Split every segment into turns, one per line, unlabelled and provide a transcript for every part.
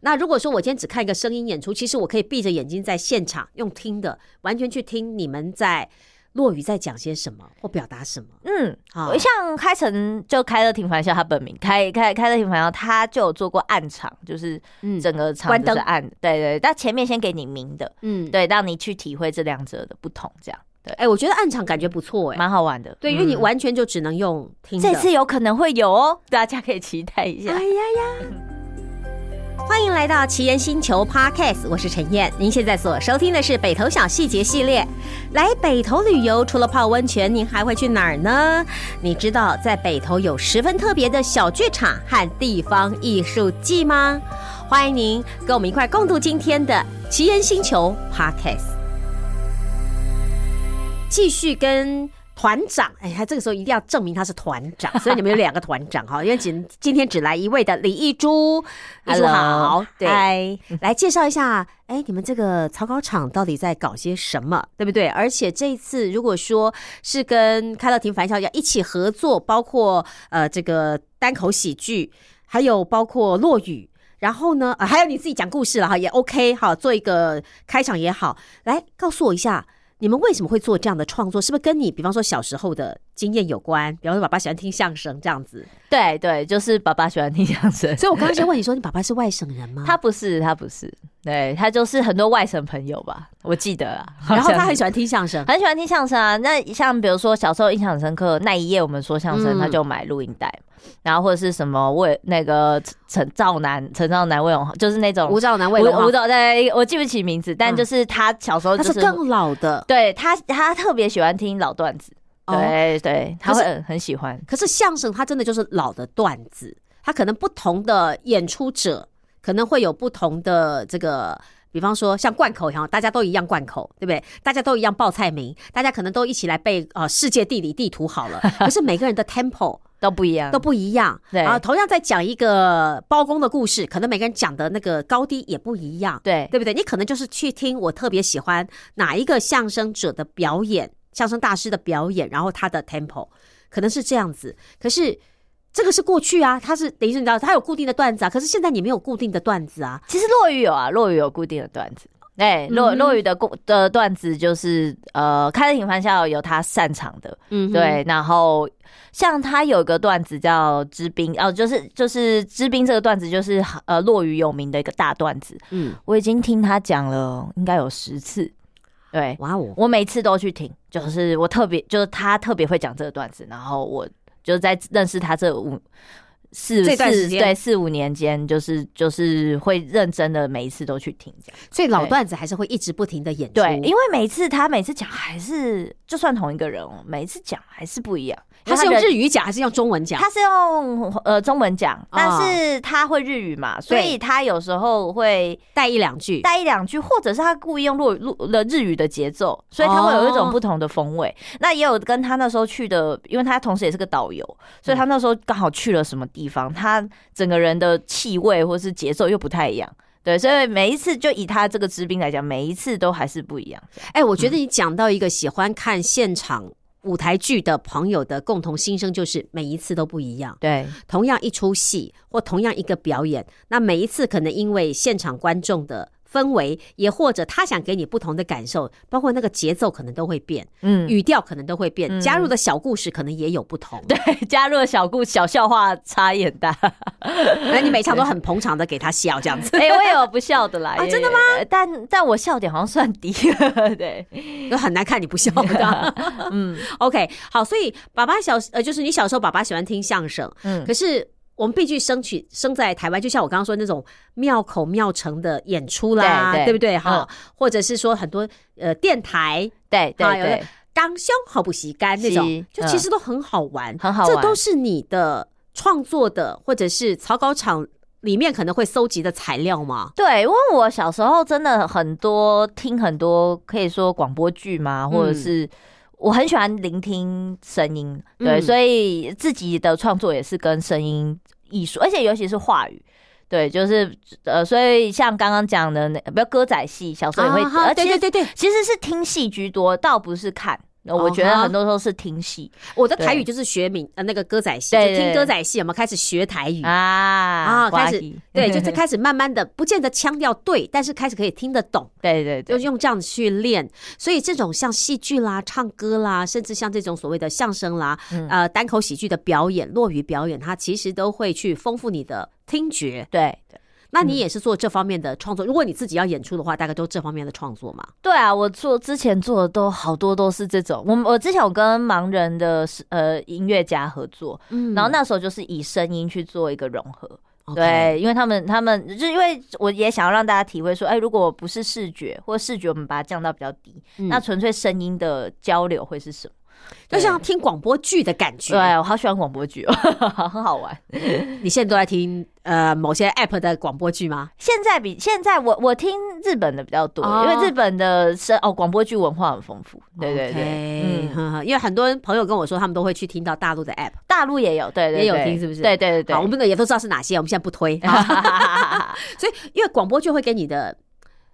那如果说我今天只看一个声音演出，其实我可以闭着眼睛在现场用听的，完全去听你们在落雨在讲些什么或表达什么。啊
嗯，
好
像开成就开乐挺玩笑，他本名开开开乐挺玩笑，他就有做过暗场，就是
嗯
整个场
关
就是
灯
暗，对对，但前面先给你明的，
嗯，
对，让你去体会这两者的不同，这样对，
哎、我觉得暗场感觉不错哎、
蛮好玩的。
对，因为你
嗯
完全就只能用听的。
这次有可能会有哦，大家可以期待一下
哎。呀呀！ 欢迎来到奇岩星球 Podcast，我是陈燕。您现在所收听的是北投小细节系列。来北投旅游，除了泡温泉，您还会去哪儿呢？你知道在北投有十分特别的小剧场和地方艺术季吗？欢迎您跟我们一块共度今天的奇岩星球 Podcast。继续跟团长，哎，他这个时候一定要证明他是团长，所以你们有两个团长哈，因为今今天只来一位的李义珠，义珠
Hello，
好，对，
嗨，
来介绍一下，哎，你们这个草稿厂到底在搞些什么，对不对？而且这一次如果说是跟开乐亭樊笑要一起合作，包括呃这个单口喜剧，还有包括落雨。然后呢、啊还有你自己讲故事了哈，也 OK 哈，做一个开场也好。来告诉我一下，你们为什么会做这样的创作？是不是跟你，比方说小时候的经验有关？比方说，爸爸喜欢听相声这样子。
对对，就是爸爸喜欢听相 声，
所以我刚刚就问你说，你爸爸是外省人 吗？
他不是他不是，对他就是很多外省朋友吧，我记得啊。
然后他很
很
喜欢听相 声。
很喜欢听相声啊。那像比如说小时候印象很深刻那一夜，我们说相
嗯
声，他就买录音带，然后或者是什么魏那个陈陈赵南、陈赵南、魏永浩，就是那种
吴兆南为
吴
了忘
吴导对，我记不起名字，但
嗯
就是他小时候
他
就是是
更老的。
对他他特别喜欢听老段子，
哦
对对，他
可
会
是
很很喜欢。
可是相声它真的就是老的段子，它可能不同的演出者可能会有不同的这个。比方说，像贯口一样，大家都一样贯口，对不对？大家都一样报菜名，大家可能都一起来背呃世界地理地图好了。可是每个人的 tempo
都不一样，
都不一样。
对
啊，同样在讲一个包公的故事，可能每个人讲的那个高低也不一样，
对
对不对？你可能就是去听我特别喜欢哪一个相声者的表演，相声大师的表演，然后他的 tempo 可能是这样子。可是这个是过去啊，他是等于是你知道，他有固定的段子啊，可是现在你没有固定的段子啊。
其实落雨有啊，落雨有固定的段子。哎对，
嗯
落
哼
落雨的固的段子就是呃，开得挺欢笑有他擅长的，
嗯，
对。然后像他有一个段子叫知冰，哦、就是就是知冰这个段子就是呃落雨有名的一个大段子，
嗯，
我已经听他讲了应该有十次，对
哇哦，
我每次都去听，就是我特别就是他特别会讲这个段子，然后我就在认识他这五。四
这段时
四
间
对四五年间，就是就是会认真的每一次都去听这样。
所以老
对
段子还是会一直不停的演出。
对，因为每次他每次讲还是就算同一个人哦，每一次讲还是不一样。
他是
因
用
为
日
人
语讲还是用中文讲？
他是用呃中文讲，但
哦
是他会日语嘛，所以他有时候会
带一两句。
带一两句，或者是他故意用落落了日语的节奏，所以他会有一种不同的风味。那也有跟他那时候去的，因为他同时也是个导游，所以他那时候刚好去了什么地方，他整个人的气味或是节奏又不太一样。对，所以每一次就以他这个知兵来讲，每一次都还是不一样。
哎、我
嗯
觉得你讲到一个喜欢看现场舞台剧的朋友的共同心声，就是每一次都不一样。
对，
同样一出戏或同样一个表演，那每一次可能因为现场观众的氛围，也或者他想给你不同的感受，包括那个节奏可能都会变，
嗯，
语调可能都会变，
嗯
加入的小故事可能也有不同。
加入了小故小笑话差异很大。
那你每场都很捧场的给他笑，这样 子。
哎、我也有不笑的啦，
啊真的
吗？但但我笑点好像算低， 对，
就很难看你不笑的。 嗯，OK，好，所以爸爸小呃，就是你小时候爸爸喜欢听相声，
嗯
可是。我们必须争取生在台湾，就像我刚刚说那种庙口庙城的演出啦，
对对嗯
不对？哈、或者是说很多呃电台
对对
啊有
对
的，刚胸好不习干那种
是，嗯
就其实都很好玩，
很好玩
这都是你的创作的，或者是草稿厂里面可能会搜集的材料吗？
对，因为我小时候真的很多听很多，可以说广播剧嘛，或
嗯
者是我很喜欢聆听声音，对，
嗯
所以自己的创作也是跟声音艺术，而且尤其是话语。对，就是呃，所以像刚刚讲的那，比如歌仔戏，小时候也会，
啊哈
而且
对对对对，
其实是听戏居多，倒不是看。呃我觉
哦
得
哈
很多时候是听戏
我的台语就
对
是学闽呃那个歌仔戏，
对
就
对
听
对
歌仔戏，我们开始学台语
啊啊
开始 对，就是开始慢慢的，不见得腔调对，但是开始可以听得懂，
对对
就
对，
用这样去练。所以这种像戏剧啦、唱歌啦，甚至像这种所谓的相声啦、
嗯
呃单口喜剧的表演、落语表演，它其实都会去丰富你的听觉。
对
那
嗯
你也是做这方面的创作，如果你自己要演出的话，大概都这方面的创作嘛。
对啊，我做之前做的都好多都是这种。我我之前有跟盲人的呃音乐家合作，
嗯
然后那时候就是以声音去做一个融合。
OK
对，因为他们他们就是因为我也想要让大家体会说，哎，如果不是视觉或视觉，我们把它降到比较低，
嗯
那纯粹声音的交流会是什么？
就像听广播剧的感
对
觉。
我好喜欢广播剧哦， 很好玩。
你现在都在听呃某些 App 的广播剧吗？
现在比现在我我听日本的比较多，
哦
因为日本的声哦广播剧文化很丰富。对对对
OK，
嗯，
呵呵因为很多人朋友跟我说，他们都会去听到大陆的 App。
大陆也有，对对
也有
对
听是不是
对对对对，
好，我 们也都知道是哪些，我们现在不推。好所以，因为广播剧会给你的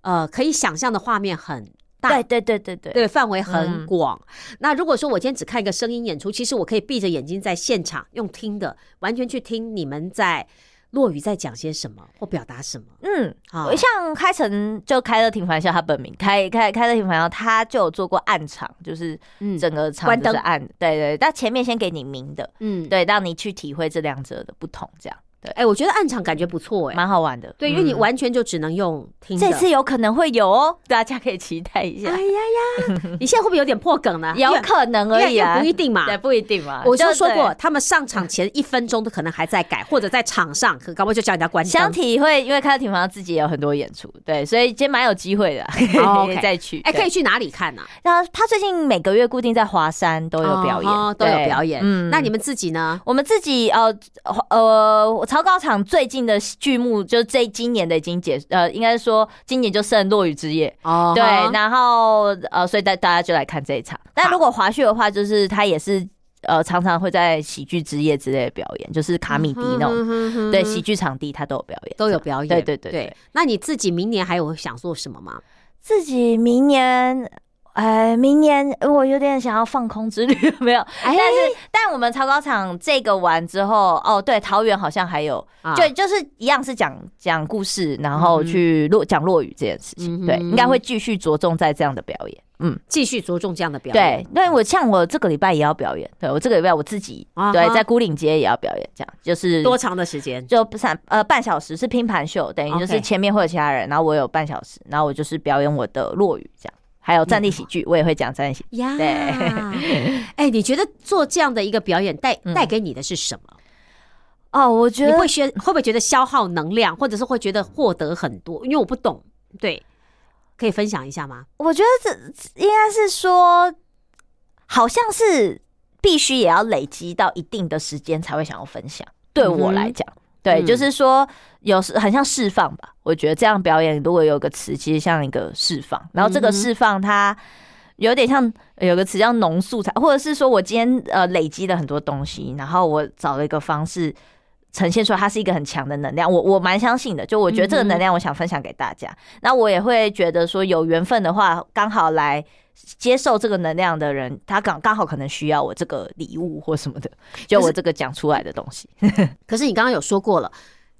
呃可以想象的画面很大
对对对对对
对范围很
嗯
广。那如果说我今天只看一个声音演出，其实我可以闭着眼睛在现场用听的，完全去听你们在落雨在讲些什么或表达什么。
嗯，
啊
像开成就开乐挺玩笑，他本名开开开乐挺玩笑，他就有做过暗场，就是
嗯
整个场
关
就是
灯
暗，对对，但前面先给你明的，
嗯，
对，让你去体会这两者的不同，这样对，
哎、我觉得暗场感觉不错哎、
蛮好玩的。
对，因为你
嗯
完全就只能用听的。
这次有可能会有哦，大家可以期待一下
哎，呀呀，你现在会不会有点破梗呢？
有可能而已
也
啊
不，一定嘛。
对，不一定 嘛。
我就
就
说过，
对。
他们上场前一分钟都可能还在改，或者在场上，可搞不好就叫人家关
想
灯。
体会，因为开乐挺玩笑自己也有很多演出，对，所以今天蛮有机会的，
哦
可以
，OK
再去。
哎，
对
可以去哪里看呢？
那他最近每个月固定在华山都有表演，
哦都有
对
表演。嗯，那你们自己呢？
我们自己呃呃，草稿场最近的剧目就这今年的已经结，呃，应该说今年就剩《落雨之夜》
哦
对，然后呃，所以大大家就来看这一场。那如果滑雪的话，就是他也是呃，常常会在喜剧之夜之类的表演，就是卡米迪那种，
种
对，喜剧场地他嗯都有表演，
都有表演。
对对对对
对。那你自己明年还有想做什么吗？
自己明年，呃，明年我有点想要放空之旅， 没有。
哎
但是，但我们超高场这个完之后，哦，对，桃园好像还有，
啊
就就是一样是讲讲故事，然后去落讲落雨这件事
嗯
情，
哼
对，应该会继续着重在这样的表演。嗯，
继续着重这样的表演。
对，因为我像我这个礼拜也要表演，对我这个礼拜我自己
啊哈
对在孤岭街也要表演，这样就是
多长的时间？
就不算呃半小时是拼盘秀，等于就
OK
是前面会有其他人，然后我有半小时，然后我就是表演我的落雨这样，还有战地喜剧，我也会讲战地喜剧。
呀
对，
哎，你觉得做这样的一个表演带
嗯
带给你的是什么？
哦，我觉
你
得
会学会不会觉得消耗能量，或者是会觉得获得很多？因为我不懂，对，可以分享一下吗？
我觉得这应该是说，好像是必须也要累积到一定的时间才会想要分享。对我来讲，对，
嗯
就是说，有时很像释放吧。我觉得这样表演如果有个词，其实像一个释放，然后这
嗯
个
哼
释放它。有点像有个词叫浓素材，或者是说我今天呃累积了很多东西，然后我找了一个方式呈现出它是一个很强的能量，我我蛮相信的。就我觉得这个能量，我想分享给大家。那我也会觉得说，有缘分的话，刚好来接受这个能量的人，他刚刚好可能需要我这个礼物或什么的，就我这个讲出来的东西。
可是你刚刚有说过了，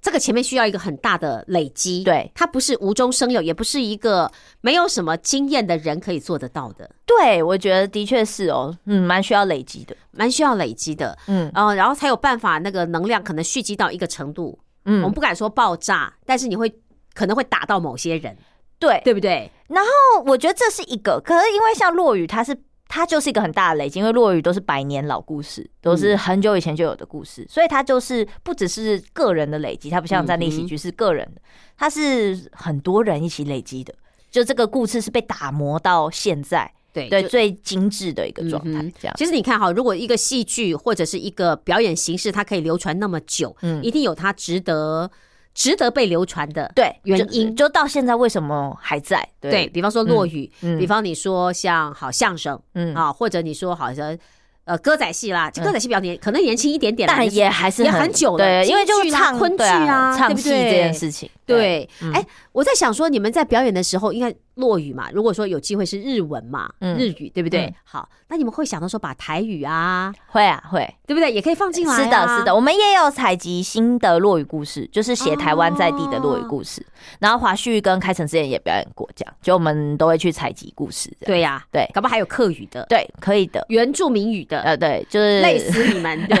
这个前面需要一个很大的累积，
对，
它不是无中生有，也不是一个没有什么经验的人可以做得到的，
对，我觉得的确是哦，嗯，蛮需要累积的。
蛮需要累积的，
嗯
呃，然后才有办法那个能量可能蓄积到一个程度，我们
嗯，
不敢说爆炸，但是你会可能会打到某些人，
对。
对不对？
哦，我觉得这是一个，可是因为像落雨，它是。它就是一个很大的累积，因为落雨都是百年老故事，都
嗯
是很久以前就有的故事，所以它就是不只是个人的累积，它不像
嗯
战地喜剧是个人的，它是很多人一起累积的。就这个故事是被打磨到现在，
对
对
就
最精致的一个状态
嗯，
这样。
其实你看哈，如果一个戏剧或者是一个表演形式，它可以流传那么久，
嗯
一定有它值得值得被流传的。
对，
原
就
因
就到现在为什么还在？
对，比方说落雨，
嗯
比方你说像好相声，
嗯，
啊，或者你说好像呃歌仔戏啦，歌仔戏比较年可能年轻一点点啦，
但
就是
也还是
也很久了
对，因为就
京剧
是
啦
唱
昆
对
剧啊
唱
对不
戏这件
对
事情，
对，哎、
嗯
我在想说，你们在表演的时候应该落语嘛？如果说有机会是日文嘛，
嗯
日语对不对？
嗯
好，那你们会想到说把台语啊，
会啊会。
对不对？也可以放进来、啊。
是的，是的，，我们也有采集新的落语故事，就是写台湾在地的落语故事。
哦
然后华旭跟开城之前也表演过，这样就我们都会去采集故事这样。
对呀、
对
搞不好还有客语的、
对，可以的。
原住民语的，
呃，对，就是
累死你 们。对，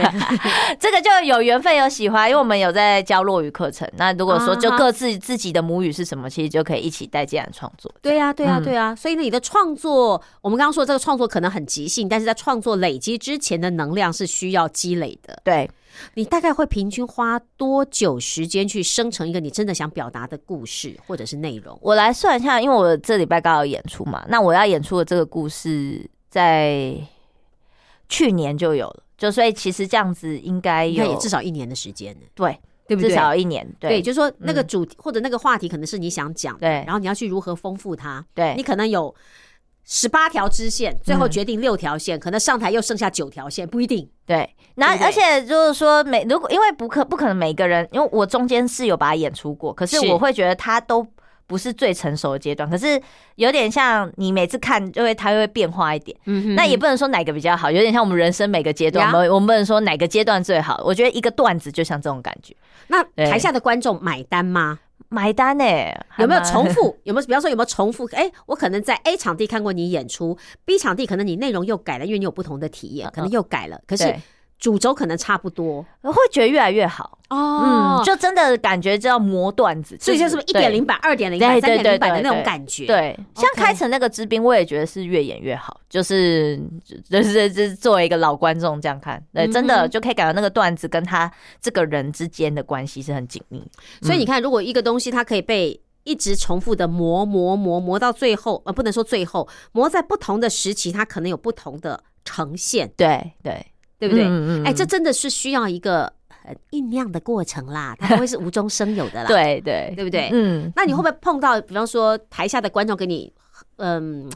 这个就有缘分有喜欢，因为我们有在教落语课程。那如果说就
啊哈
各自自己的母语是什么，其实就可以一起带进来创作。
对呀、对呀、
嗯
对呀、所以呢，你的创作，我们刚刚说这个创作可能很即兴，但是在创作累积之前的能量是需要积累的。
对，
你大概会平均花多久时间去生成一个你真的想表达的故事或者是内容？
我来算一下，因为我这礼拜刚好演出嘛，那我要演出的这个故事在去年就有了，就所以其实这样子应该
应该
有
也至少一年的时间呢，
对，
对不对？
至少一年，
对，
对嗯
就是说那个主题、或者那个话题可能是你想讲的，
对
然后你要去如何丰富它，
对
你可能有。十八条支线，最后决定六条线，可能上台又剩下九条线，不一定。
对。
对
那
不对
而且就是说每如果因为不可不可能每个人，因为我中间是有把它演出过，可是
是
我会觉得它都。不是最成熟的阶段，可是有点像你每次看，就会它会变化一点。
嗯哼
那也不能说哪个比较好，有点像我们人生每个阶段，
呀
我们我们不能说哪个阶段最好。我觉得一个段子就像这种感觉，
那
对
台下的观众买单吗？
买单欸呢、
有没有
还蛮
重？复？ 有没有？比方说有没有重复？哎、我可能在 A 场地看过你演出，B 场地可能你内容又改了，因为你有不同的体
嗯
验，可能又改了。可是
对，
主轴可能差不多
会觉得越来越好。
哦
嗯，就真的感觉就要磨段子，
所以就是一点零版、二点零版、
对
三
对
点零版的
对
那种
对
感觉。
对。对，像
OK
开成那个之兵，我也觉得是越演越好，就是就是就是作为一个老观众这样看，对，真
嗯
的
哼
就可以感觉那个段子跟他这个人之间的关系是很紧密。
所以你看，如果一个东西它可以被一直重复的磨磨磨磨到最后，呃，不能说最后磨在不同的时期，它可能有不同的呈现，
对对，
对不对？
嗯
哎、这真的是需要一个呃酝酿的过程啦，它不会是无中生有的啦。，
对对
对不对
嗯，
那你会不会碰到，比方说台下的观众给你，嗯，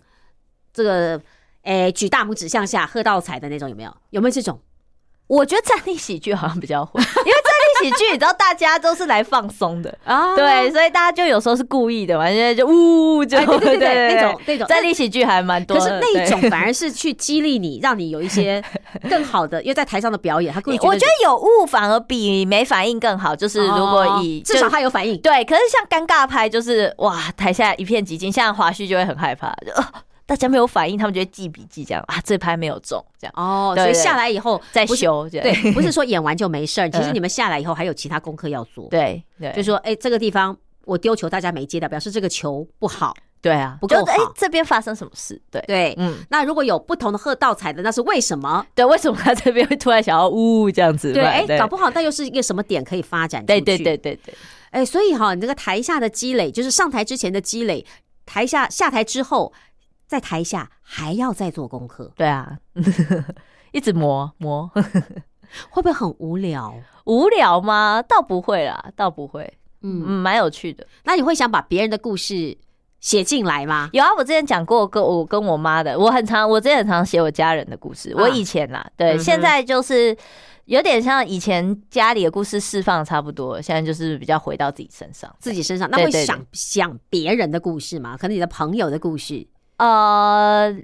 这个，哎，举大拇指向下喝倒彩的那种，有没有？有没有这种？
我觉得站立喜剧好像比较 会，因为站立喜剧你知道大家都是来放松的，
啊
对，所以大家就有时候是故意的嘛，现在就呜就、
哎，对对对对，那种 那种
站立喜剧还蛮多
可
的，
是那一
对
种反而是去激励你，让你有一 些更好的，因为在台上的表演，他更
我觉得有误反而比没反应更好，就是如果以、
哦
就
至少他有反应，
对，可是像尴尬拍就是哇，台下一片寂静，像华旭就会很害怕，就、呃大家没有反应，他们就会记笔记这样啊，这拍没有中这样。
哦，
对
所以
对
下来以后
再
不是
修，这样
对，不是说演完就没 事儿，其实
嗯
你们下来以后还有其他功课要做，
对对，
就说哎，这个地方我丢球大家没接到，表示这个球不好，
对啊，
不够
就哎
好，
这边发生什么事？对，
对。
嗯，
那如果有不同的喝倒彩的，那是为什么？
对，为什么他这边会突然想要呜这样子？
对，哎，搞
不
不好那又是一个什么点可以发展出
对
去？
对对对对，
哎，所以哈，你这个台下的积累，就是上台之前的积累，台下下台之后，在台下还要再做功课，
对啊， 一直磨磨，
会不会很无聊？
无聊吗？倒不会啦，倒不会，嗯，
嗯，
蛮有趣的。
那你会想把别人的故事写进来吗？
有啊，我之前讲过跟我跟我妈的，我很常，我之前很常写我家人的故事。我以前啦，对，
啊嗯哼
现在就是有点像以前家里的故事释放得差不多了，现在就是比较回到自己身上。
自己身上，那
对
会
对对
想想别人的故事吗？可能你的朋友的故事
呃，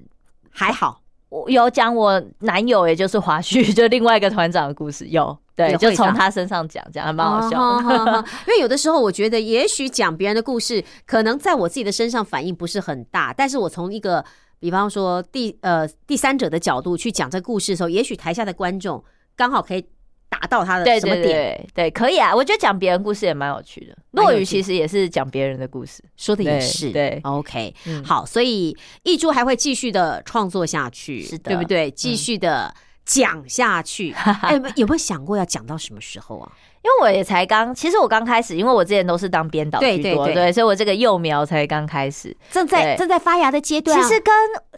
还好，
我有讲我男友，也就是华旭， 就另外一个团长的故事，有对
也，
就
会
从
讲
他身上讲，这样还蛮好笑的。
哦哈哈哈 因为有的时候我觉得，也许讲别人的故事，可能在我自己的身上反应不是很大，但是我从一个比方说第呃第三者的角度去讲这故事的时候，也许台下的观众刚好可以达到他的
对
什么
对
点，
对对，可以啊！我觉得讲别人故事也蛮有趣的。
蛮有
落
趣
雨其实也是讲别人的故事，
说的也
对
是
对
OK，、
嗯
好，所以一珠还会继续的创作下去，
是的
对不对？继续的。讲下去， 哎、有没有有没有想过要讲到什么时候啊？
因为我也才刚，其实我刚开始，因为我之前都是当编导
对
居
对
多，
对
对，所以我这个幼苗才刚开始。
正在
对
正在发芽的阶段
其
啊，
实跟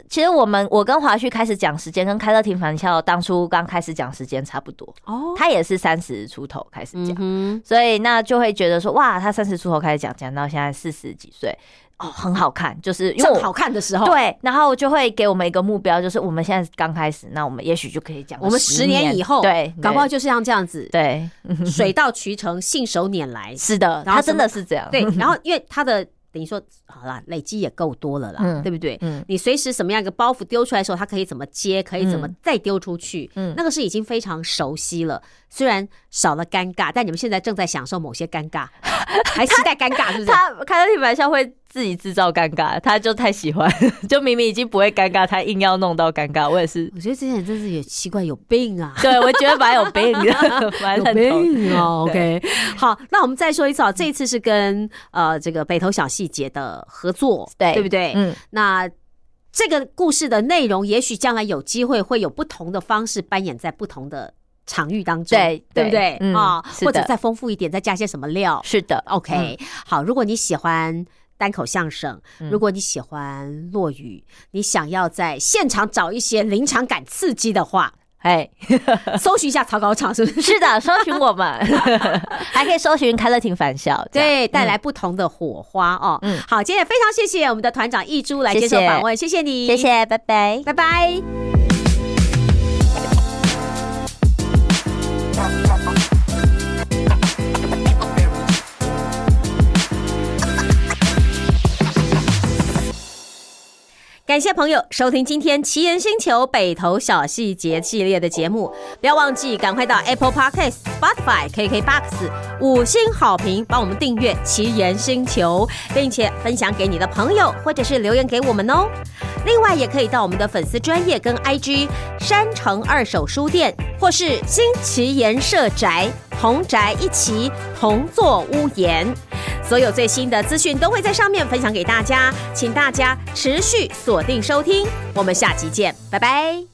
其实我们我跟华旭开始讲时间，跟开乐庭凡校当初刚开始讲时间差不多，
哦，
他也是三十出头开始讲。
嗯哼，
所以那就会觉得说，哇，他三十出头开始讲，讲到现在四十几岁，哦，很好看，就是因为
正
我
好看的时候，啊
对，然后就会给我们一个目标，就是我们现在刚开始，那我们也许就可以讲个
我们十
十
年以后
对，
搞不好
对
就是像这样子，
对
水到渠成，信手拈 来。
是的，
然后
他
什
真
么
的是这样。
对，然后因为他的等于说好啦，累积也够多了啦，
嗯
对不对？
嗯
你随时什么样一个包袱丢出来的时候，他可以怎么接，可以怎么
嗯
再丢出去，
嗯
那个是已经非常熟悉了。虽然少了尴尬，但你们现在正在享受某些尴 尬，还期待尴尬，是不是？
他开特品牌笑会自己制造尴尬，他就太喜欢， 就明明已经不会尴尬，他硬要弄到尴尬。我也是，
我觉得这些人真是有奇怪，有病啊！
对我觉得蛮有病 的，蛮
有
认同。
病哦
对
，OK，好，那我们再说一次啊，这一次是跟呃这个北投小细节的合作，
对
对不对？
嗯，
那这个故事的内容，也许将来有机会会有不同的方式扮演在不同的场域当中，
对
对不对
对？嗯
啊，
是
或者
的
再丰富一点，再加些什么料
是的，哦
？OK，好，如果你喜欢。单口相声，
嗯
如果你喜欢落雨，你想要在现场找一些临场感刺激的话，
哎，
搜寻一下草稿场，是不是？
是的，搜寻我们，还可以搜寻开乐婷返校，这样
对，带来不同的火花哦。
嗯
好，今天也非常谢谢我们的团长易珠来
谢
接受
谢
访问，谢谢你，
谢，谢，拜拜。
拜拜。感谢朋友收听今天《奇人星球北投小细节》系列的节目，不要忘记赶快到 Apple Podcast、Spotify、KKBox 五星好评，帮我们订阅《奇人星球》，并且分享给你的朋友，或者是留言给我们哦。另外，也可以到我们的粉丝专业跟 IG 山城二手书店，或是新奇岩社宅、同宅一起同坐屋檐。所有最新的资讯都会在上面分享给大家，请大家持续锁定收听。我们下集见，拜拜。